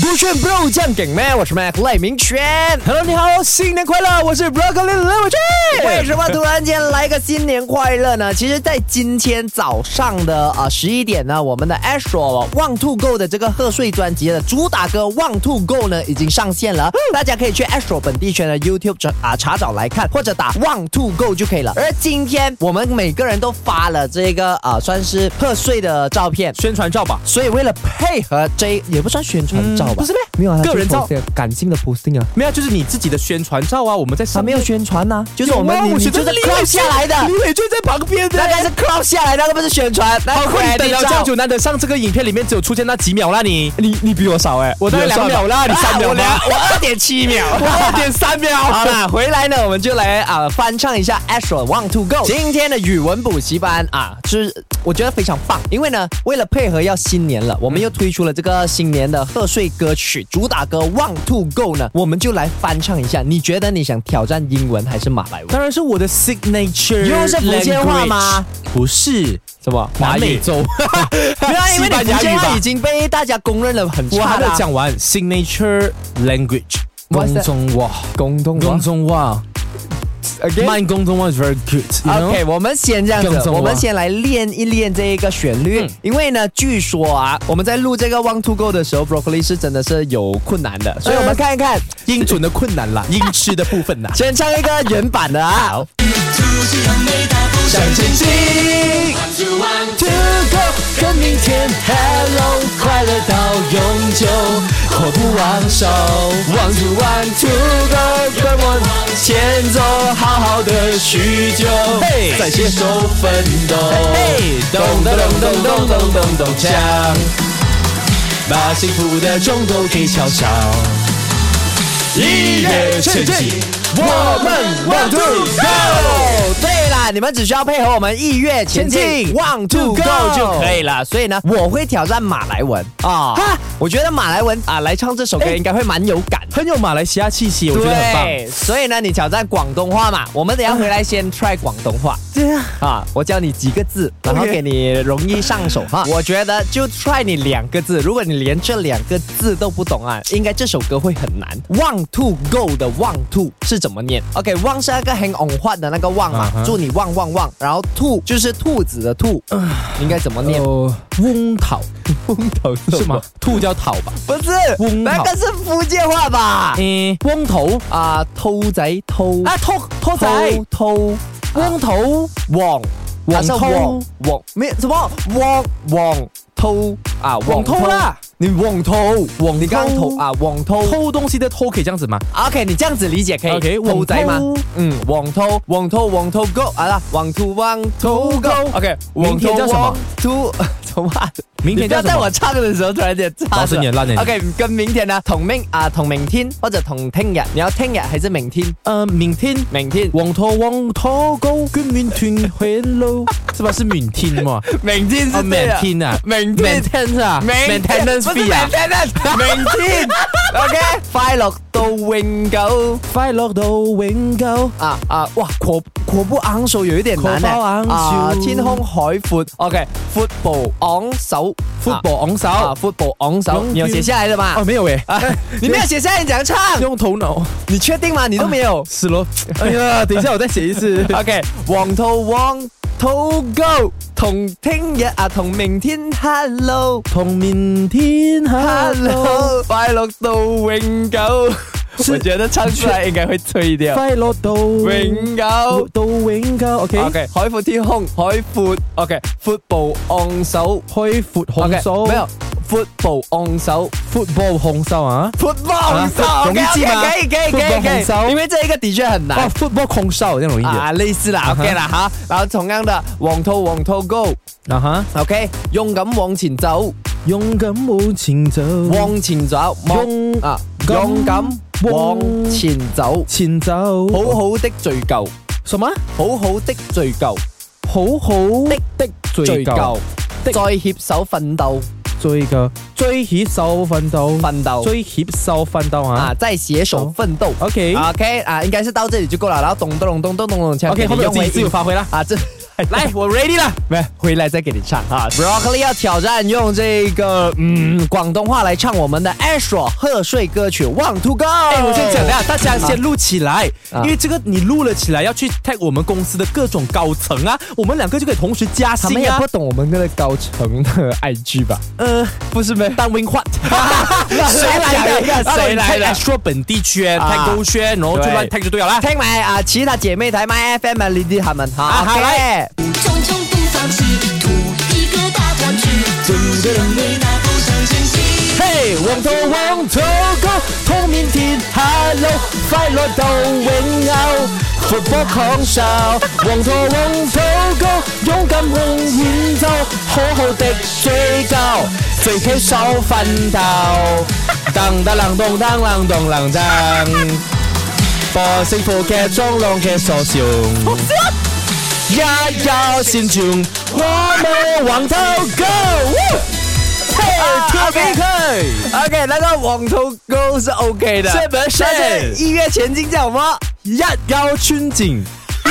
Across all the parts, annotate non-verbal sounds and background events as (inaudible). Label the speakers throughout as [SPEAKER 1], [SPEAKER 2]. [SPEAKER 1] 不炫 bro 酱梗咩？我是 Mac 赖明全。Hello，你好，新年快乐！我是 Broccoli 赖明全。
[SPEAKER 2] 为什么突然间来个新年快乐呢？其实，在今天早上的啊十一点呢，我们的 Astro 啊 Want to Go 的这个贺岁专辑的主打歌 Want to Go 呢已经上线了，
[SPEAKER 1] 嗯
[SPEAKER 2] 大家可以去 Astro 本地圈的 YouTube 查啊查找来看，或者打 Want to Go 就可以了。而今天我们每个人都发了这个啊算是贺岁的照片，
[SPEAKER 1] 宣传照吧，
[SPEAKER 2] 所以为了配合这也不算宣传照吧，
[SPEAKER 1] 嗯不是咩？
[SPEAKER 2] 没有啊，
[SPEAKER 1] 个人照，
[SPEAKER 2] 感性的 posting 啊。
[SPEAKER 1] 没有，就是你自己的宣传照啊。我们在
[SPEAKER 2] 他
[SPEAKER 1] 上
[SPEAKER 2] 没
[SPEAKER 1] 面
[SPEAKER 2] 有宣传呐、就是
[SPEAKER 1] 有
[SPEAKER 2] 我们
[SPEAKER 1] 啊
[SPEAKER 2] 你
[SPEAKER 1] 我
[SPEAKER 2] 你
[SPEAKER 1] 选
[SPEAKER 2] 就
[SPEAKER 1] 择
[SPEAKER 2] 是 crop 下来的，
[SPEAKER 1] 李伟俊在旁边的
[SPEAKER 2] 那。个是 crop 下来的，那个不是宣传，那
[SPEAKER 1] 好
[SPEAKER 2] 个
[SPEAKER 1] 困你
[SPEAKER 2] credit
[SPEAKER 1] 等了这
[SPEAKER 2] 照
[SPEAKER 1] 样久，难得上这个影片里面只有出现那几秒啦你，
[SPEAKER 3] 你你比我少
[SPEAKER 2] 欸
[SPEAKER 3] 哎、
[SPEAKER 1] 我大概两秒啦，你三秒
[SPEAKER 2] 啊我
[SPEAKER 1] 吗？
[SPEAKER 2] (laughs) 两我二点七秒。
[SPEAKER 1] 我二 (laughs) 点三秒。
[SPEAKER 2] 好啦，回来呢，我们就来啊、翻唱一下 Astro Want to Go。今天的语文补习班啊，就是我觉得非常棒，因为呢，为了配合要新年了，我们又推出了这个新年的贺岁歌曲主打歌 Want to Go 呢，我们就来翻唱一下。你觉得你想挑战英文还是马来文？
[SPEAKER 1] 当然是我的 signature，
[SPEAKER 2] 又是福建话吗？
[SPEAKER 1] 不是，
[SPEAKER 3] 什么？
[SPEAKER 1] 南
[SPEAKER 3] 南
[SPEAKER 2] (laughs)
[SPEAKER 1] 美 (laughs)
[SPEAKER 3] 美洲？
[SPEAKER 2] 对啊，因为你
[SPEAKER 1] 西班牙
[SPEAKER 2] 福建
[SPEAKER 1] 语
[SPEAKER 2] 话
[SPEAKER 1] 吧
[SPEAKER 2] 已经被大家公认了很
[SPEAKER 1] 我
[SPEAKER 2] 差
[SPEAKER 1] 还没
[SPEAKER 2] 的、
[SPEAKER 1] 有
[SPEAKER 2] 啊。
[SPEAKER 1] 讲完 signature language，
[SPEAKER 2] What's
[SPEAKER 1] 公
[SPEAKER 2] that？
[SPEAKER 1] 众话，
[SPEAKER 3] 广东
[SPEAKER 1] 公
[SPEAKER 3] 话
[SPEAKER 1] 众话
[SPEAKER 3] Again？
[SPEAKER 1] ，my 公众话 is very good，you know。
[SPEAKER 2] 啊 OK，我们先这样
[SPEAKER 1] 更
[SPEAKER 2] 子，
[SPEAKER 1] 中啊
[SPEAKER 2] 我们先来练一练这一个旋律，
[SPEAKER 1] 嗯
[SPEAKER 2] 因为呢，据说啊，我们在录这个《Want to Go》的时候，Broccoli 是真的是有困难的，所以我们看一看，。
[SPEAKER 1] 音准的困难啦，音痴的部分啦
[SPEAKER 2] 先唱一个原版的啊。向前进，To Go，跟明天 Hello，快乐到永久，我不忘手，Want to Want to Go，跟我往前走，好好的叙旧
[SPEAKER 1] 嘿，
[SPEAKER 2] 再携手奋斗。
[SPEAKER 1] 嘿
[SPEAKER 2] 咚咚咚咚咚咚咚咚锵，把幸福的钟头给敲响。一
[SPEAKER 1] 跃前进，
[SPEAKER 2] 我们 want to go。对啦，你们只需要配合我们一跃前
[SPEAKER 1] 前
[SPEAKER 2] 进
[SPEAKER 1] 进
[SPEAKER 2] ，want to go
[SPEAKER 1] go
[SPEAKER 2] 就可以了。所以呢，我会挑战马来文啊
[SPEAKER 1] 哈，
[SPEAKER 2] 我觉得马来文啊来唱这首歌
[SPEAKER 1] 哎
[SPEAKER 2] 应该会蛮有感。
[SPEAKER 1] 很有马来西亚气息，我觉得很棒。
[SPEAKER 2] 对，所以呢，你挑战广东话嘛，我们等一下回来
[SPEAKER 1] (laughs)
[SPEAKER 2] 先 try 广东话。
[SPEAKER 1] 对啊，
[SPEAKER 2] 啊，我教你几个字，然后
[SPEAKER 1] OK
[SPEAKER 2] 给你容易上手哈。我觉得就 try 你两个字，如果你连这两个字都不懂啊，应该这首歌会很难。Want to go 的 want to 是怎么念？OK，望是那个很 on 换的那个望嘛
[SPEAKER 1] 啊哈
[SPEAKER 2] 祝你旺旺旺。然后兔就是兔子的兔，应该怎么念？
[SPEAKER 1] 哦，翁桃，翁桃是吗？兔叫桃吧？
[SPEAKER 2] 不是，
[SPEAKER 1] 翁
[SPEAKER 2] 那
[SPEAKER 1] 桃
[SPEAKER 2] 个是福建话吧？
[SPEAKER 1] 嗯，翁头
[SPEAKER 2] 啊，偷仔偷
[SPEAKER 1] 啊，兔兔仔
[SPEAKER 2] 偷，偷
[SPEAKER 1] 翁头
[SPEAKER 2] 旺
[SPEAKER 1] 旺
[SPEAKER 2] 是
[SPEAKER 1] 偷
[SPEAKER 2] 旺旺没什么旺旺偷啊旺
[SPEAKER 1] 偷啦，
[SPEAKER 2] 你旺偷旺你刚刚偷
[SPEAKER 1] 偷
[SPEAKER 2] 啊旺偷。
[SPEAKER 1] 偷东西的偷可以这样子吗？
[SPEAKER 2] OK，你这样子理解可以
[SPEAKER 1] OK，
[SPEAKER 2] 偷仔吗
[SPEAKER 1] 旺偷？
[SPEAKER 2] 嗯，旺偷旺偷旺偷 go 啊啦，旺 to 旺 to go。OK，
[SPEAKER 1] 明天叫什么
[SPEAKER 2] ？to 什 (laughs) 么啊？
[SPEAKER 1] 明天
[SPEAKER 2] 你不要
[SPEAKER 1] 叫
[SPEAKER 2] 在
[SPEAKER 1] 什么
[SPEAKER 2] 我唱的时候突然间
[SPEAKER 1] 老
[SPEAKER 2] 唱
[SPEAKER 1] 师你很烂欸
[SPEAKER 2] OK，跟明天呢？同明啊，同明天或者同听日，你要听日还是明天？
[SPEAKER 1] 呃，明天
[SPEAKER 2] 明天，
[SPEAKER 1] 王头王头狗跟明天回喽，是吧？是明天嘛？
[SPEAKER 2] 明天
[SPEAKER 1] 啊，
[SPEAKER 2] 是
[SPEAKER 1] 明
[SPEAKER 2] 对的。
[SPEAKER 1] 天啊，
[SPEAKER 2] 明天
[SPEAKER 1] maintenance 啊，maintenance fee 啊，
[SPEAKER 2] maintenance，maintenance。OK，快樂到永久
[SPEAKER 1] 快乐到永久。
[SPEAKER 2] 啊啊！哇，阔阔步昂首有一點難
[SPEAKER 1] 闊步昂
[SPEAKER 2] 呢。
[SPEAKER 1] 首
[SPEAKER 2] 啊，天空海闊。OK，闊步昂首
[SPEAKER 1] ，football 昂首
[SPEAKER 2] 啊，闊步昂首，
[SPEAKER 1] 用
[SPEAKER 2] 你有寫下來的
[SPEAKER 1] 哦，
[SPEAKER 2] 嗎？
[SPEAKER 1] 没有诶，
[SPEAKER 2] 啊，你沒有寫下來，你怎樣唱？
[SPEAKER 1] (laughs) 用头脑
[SPEAKER 2] 你確定嗎？你都沒有。
[SPEAKER 1] 是 (laughs) 咯。哎呀，等一下我再
[SPEAKER 2] (laughs)
[SPEAKER 1] 写一次。
[SPEAKER 2] OK，黃兔黃兔 Go，同聽日啊，同明天 Hello。
[SPEAKER 1] 同明天 hello，
[SPEAKER 2] Hello，快乐到永久。
[SPEAKER 1] 是
[SPEAKER 2] 我觉得唱出来应该会脆一点。
[SPEAKER 1] 快乐到
[SPEAKER 2] 永久。
[SPEAKER 1] 到永久。OK，
[SPEAKER 2] OK，海阔天空，海阔。OK，阔步昂首。
[SPEAKER 1] 开阔红
[SPEAKER 2] OK，
[SPEAKER 1] 手，
[SPEAKER 2] 没有，阔步昂首。
[SPEAKER 1] football 红手啊。
[SPEAKER 2] 阔步昂首
[SPEAKER 1] 啊容易
[SPEAKER 2] OK，OK，
[SPEAKER 1] 记吗
[SPEAKER 2] 可以，可以，可
[SPEAKER 1] 阔步
[SPEAKER 2] 以，可
[SPEAKER 1] 昂首
[SPEAKER 2] 以。因为这一个的确很难
[SPEAKER 1] 哦。，football 空手这样容易一点。
[SPEAKER 2] 啊，类似啦，OK 啦，哈，然后同样的，往头往头 go，OK，
[SPEAKER 1] 啊哈，
[SPEAKER 2] 勇敢往前走，
[SPEAKER 1] 勇敢往前走，
[SPEAKER 2] 往前走，往
[SPEAKER 1] 勇
[SPEAKER 2] 啊，
[SPEAKER 1] 敢
[SPEAKER 2] 勇敢往
[SPEAKER 1] 往
[SPEAKER 2] 前走，
[SPEAKER 1] 前走。
[SPEAKER 2] 好好的追究，
[SPEAKER 1] 什么？
[SPEAKER 2] 好好的追究。
[SPEAKER 1] 好好
[SPEAKER 2] 的
[SPEAKER 1] 的
[SPEAKER 2] 追
[SPEAKER 1] 追
[SPEAKER 2] 究
[SPEAKER 1] 究，，
[SPEAKER 2] 再携手奮鬥，
[SPEAKER 1] 追嘅追協手奮鬥，
[SPEAKER 2] 奋斗
[SPEAKER 1] 追協手奮鬥
[SPEAKER 2] 啊
[SPEAKER 1] 啊，哦
[SPEAKER 2] 在携手奋斗。
[SPEAKER 1] ！OK
[SPEAKER 2] OK 啊，应该是到这里就够了。然后咚咚咚咚咚咚锵
[SPEAKER 1] OK，后面我自己自由
[SPEAKER 2] 哎用回
[SPEAKER 1] 发挥啦。
[SPEAKER 2] 啊，这 (laughs)
[SPEAKER 1] 来，我 ready 了。
[SPEAKER 2] 没有回来再给你唱啊。Broccoli 要挑战用这个嗯广东话来唱我们的 Astro 贺岁歌曲《Want to Go》。
[SPEAKER 1] 哎，
[SPEAKER 2] 哎
[SPEAKER 1] 我先讲一下，大家先录起来，
[SPEAKER 2] 啊
[SPEAKER 1] 因为这个你录了起来，要去 tag 我们公司的各种高层啊，我们两个就可以同时加
[SPEAKER 4] 他们
[SPEAKER 1] 薪
[SPEAKER 4] 也
[SPEAKER 1] 啊
[SPEAKER 4] 不。懂我们那个高层的 IG 吧？
[SPEAKER 1] 呃，
[SPEAKER 4] 不是呗？
[SPEAKER 1] 单 wing (laughs) what？
[SPEAKER 2] (laughs) 谁来
[SPEAKER 1] 啊
[SPEAKER 2] 的？谁来的？
[SPEAKER 1] 说本地圈
[SPEAKER 2] 啊
[SPEAKER 1] tag 勾圈，然后就
[SPEAKER 4] 对
[SPEAKER 1] 乱 tag 就对了啦。
[SPEAKER 2] 听埋啊，其他姐妹台 My FM 啊，呢啲系咪吓？
[SPEAKER 1] 啊好
[SPEAKER 2] OK
[SPEAKER 1] 来
[SPEAKER 5] 重重不放弃，图一个大团聚，总是能为那梦想前行。
[SPEAKER 1] 嘿，往头往头 go，通面天 hello，快樂到永久，活潑狂笑，往頭往頭 go，勇敢向前走，好好的追究，最起手奮鬥，噔噔啷咚噔啷咚啷噔，播幸福嘅中浪嘅傻笑。一有善傳，我冇往頭 go，跳俾佢。
[SPEAKER 2] OK，那个网头歌是 OK 的，
[SPEAKER 1] 是不是
[SPEAKER 2] 但是音乐前进叫什么？
[SPEAKER 1] 一休穿前，
[SPEAKER 4] (laughs)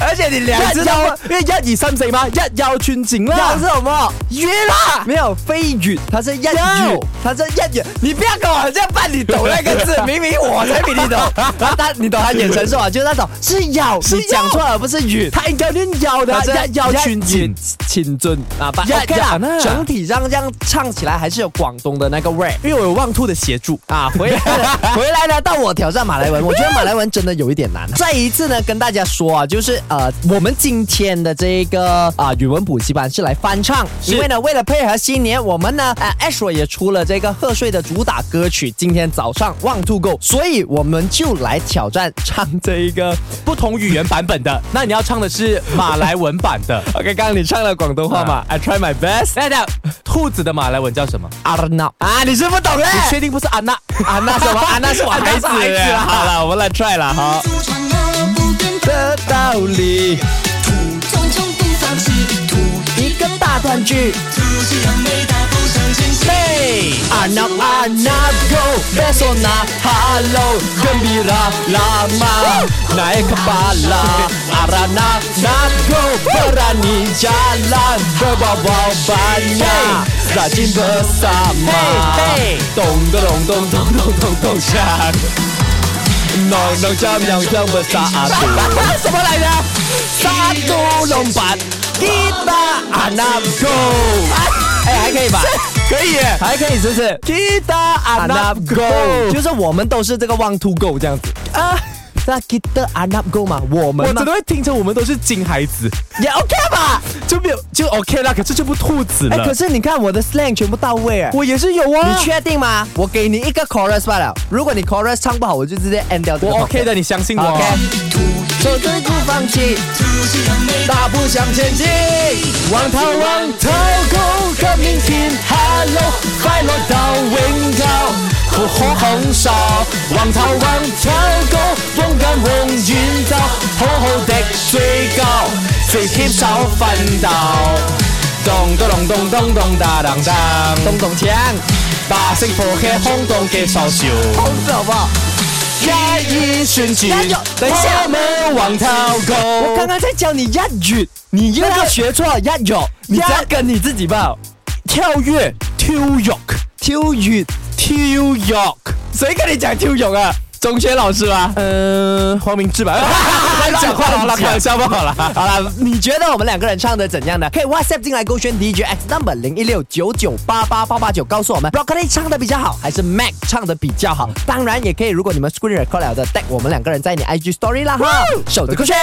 [SPEAKER 2] 而且你两
[SPEAKER 1] 一
[SPEAKER 2] 只
[SPEAKER 1] 休
[SPEAKER 2] 都
[SPEAKER 1] 因为一二三四嘛，一休穿前
[SPEAKER 2] 要是
[SPEAKER 1] 啦。
[SPEAKER 2] 什么？
[SPEAKER 1] 月啦，
[SPEAKER 2] 没有飞羽，它是谚语
[SPEAKER 1] 有，
[SPEAKER 2] 它是谚语。你不要跟我好像扮你懂那个字，明明我才比你懂。他他，你懂他眼神是吧？就是那种是咬，你讲错了不是羽。
[SPEAKER 1] 他应该念腰的
[SPEAKER 2] 它是
[SPEAKER 1] 一休穿前，
[SPEAKER 4] 请尊啊，
[SPEAKER 2] 啊
[SPEAKER 4] 爸
[SPEAKER 2] OK 啦
[SPEAKER 1] 咬呢，
[SPEAKER 2] 整体上这样唱起来还是有广东的那个味儿。
[SPEAKER 1] 因为我有望兔的协助。
[SPEAKER 2] 啊，回 (laughs) 来了，回来了！到我挑战马来文，我觉得马来文真的有一点难。再一次呢，跟大家说啊，就是呃，我们今天的这个啊、语文补习班是来翻唱，因为呢，为了配合新年，我们呢，呃 a s h r 也出了这个贺岁的主打歌曲，今天早上 Want to Go，所以我们就来挑战唱这一个。
[SPEAKER 1] 呃不同语言版本的，那你要唱的是马来文版
[SPEAKER 4] (laughs)
[SPEAKER 1] 的。啊哎
[SPEAKER 4] OK，刚刚你唱了广东话嘛？I try my best。
[SPEAKER 1] 来来，兔子的马来文叫什么？
[SPEAKER 2] 阿娜啊，你是不懂嘞？
[SPEAKER 1] 确定不是安娜？
[SPEAKER 2] 阿娜 (laughs) 什么？阿娜是我孩子
[SPEAKER 4] 孩子啦，
[SPEAKER 2] 啊。 (laughs)
[SPEAKER 4] 好了，我们来 try 了，好。
[SPEAKER 5] 祖传了不变的
[SPEAKER 4] 的道理，
[SPEAKER 5] 土，重重不放弃，土
[SPEAKER 2] 一个大团聚。
[SPEAKER 5] 就是让伟大梦想前行。
[SPEAKER 2] Anak anak go besona hello gembira lama naik kepala arana nak go berani jalan berbawa banyak rajin bersama dong dong dong dong dong dong dong siang nong nong jam yang jam bersatu Semua lainnya satu lompat kita anak go 哎，还可以吧？
[SPEAKER 4] 可以耶，
[SPEAKER 2] 还可以，是不是
[SPEAKER 4] Kita
[SPEAKER 2] ？Anak go，就是我们都是这个 want to go 这样子啊。那 kita anak go 嘛，我
[SPEAKER 1] 我
[SPEAKER 2] 们嘛
[SPEAKER 1] 真的会听着我们都是金孩子，
[SPEAKER 2] 也 OK 吧？
[SPEAKER 1] 就没有就 OK 啦，可是就不兔子
[SPEAKER 2] 哎，
[SPEAKER 1] 了。
[SPEAKER 2] 可是你看我的 slang 全部到位哎。
[SPEAKER 1] 我也是有啊
[SPEAKER 2] 你，确定吗？我给你一个 chorus 罢了，如果你 chorus 唱不好，我就直接 end 掉这个
[SPEAKER 1] 我
[SPEAKER 2] talk。
[SPEAKER 1] OK 的，你相信我。
[SPEAKER 2] OK，手追不放弃，大步向前进，往头往头 go，革命天 hello，快乐到永久，火火红烧，往头往头 go，勇敢往远走，好好的追究，最贴手奋斗，咚咚咚咚咚咚哒当当，咚咚锵，把幸福嘅空洞嘅嘲笑，空好不好？压抑选举，等一下，我们往头沟。我刚刚在教你押韵，你又要学错押韵，你只要跟你自己吧。
[SPEAKER 1] 跳跃 t o York
[SPEAKER 2] 跳韵，
[SPEAKER 1] t o York，
[SPEAKER 4] 谁跟你讲跳泳
[SPEAKER 1] (laughs)
[SPEAKER 4] 啊？中学老师吗？
[SPEAKER 1] 呃，黄明志吧。讲话好了，开玩笑不好了。
[SPEAKER 2] 好了，你觉得我们两个人唱的怎样呢？可以 WhatsApp 进来勾选 DJX number 零一六九九八八八八九，告诉我们 Broccoli 唱的比较好，还是 Mac 唱的比较好？当然也可以，如果你们 Screen Record 了的 tag 我们两个人在你 IG Story 啦哈，守着勾选。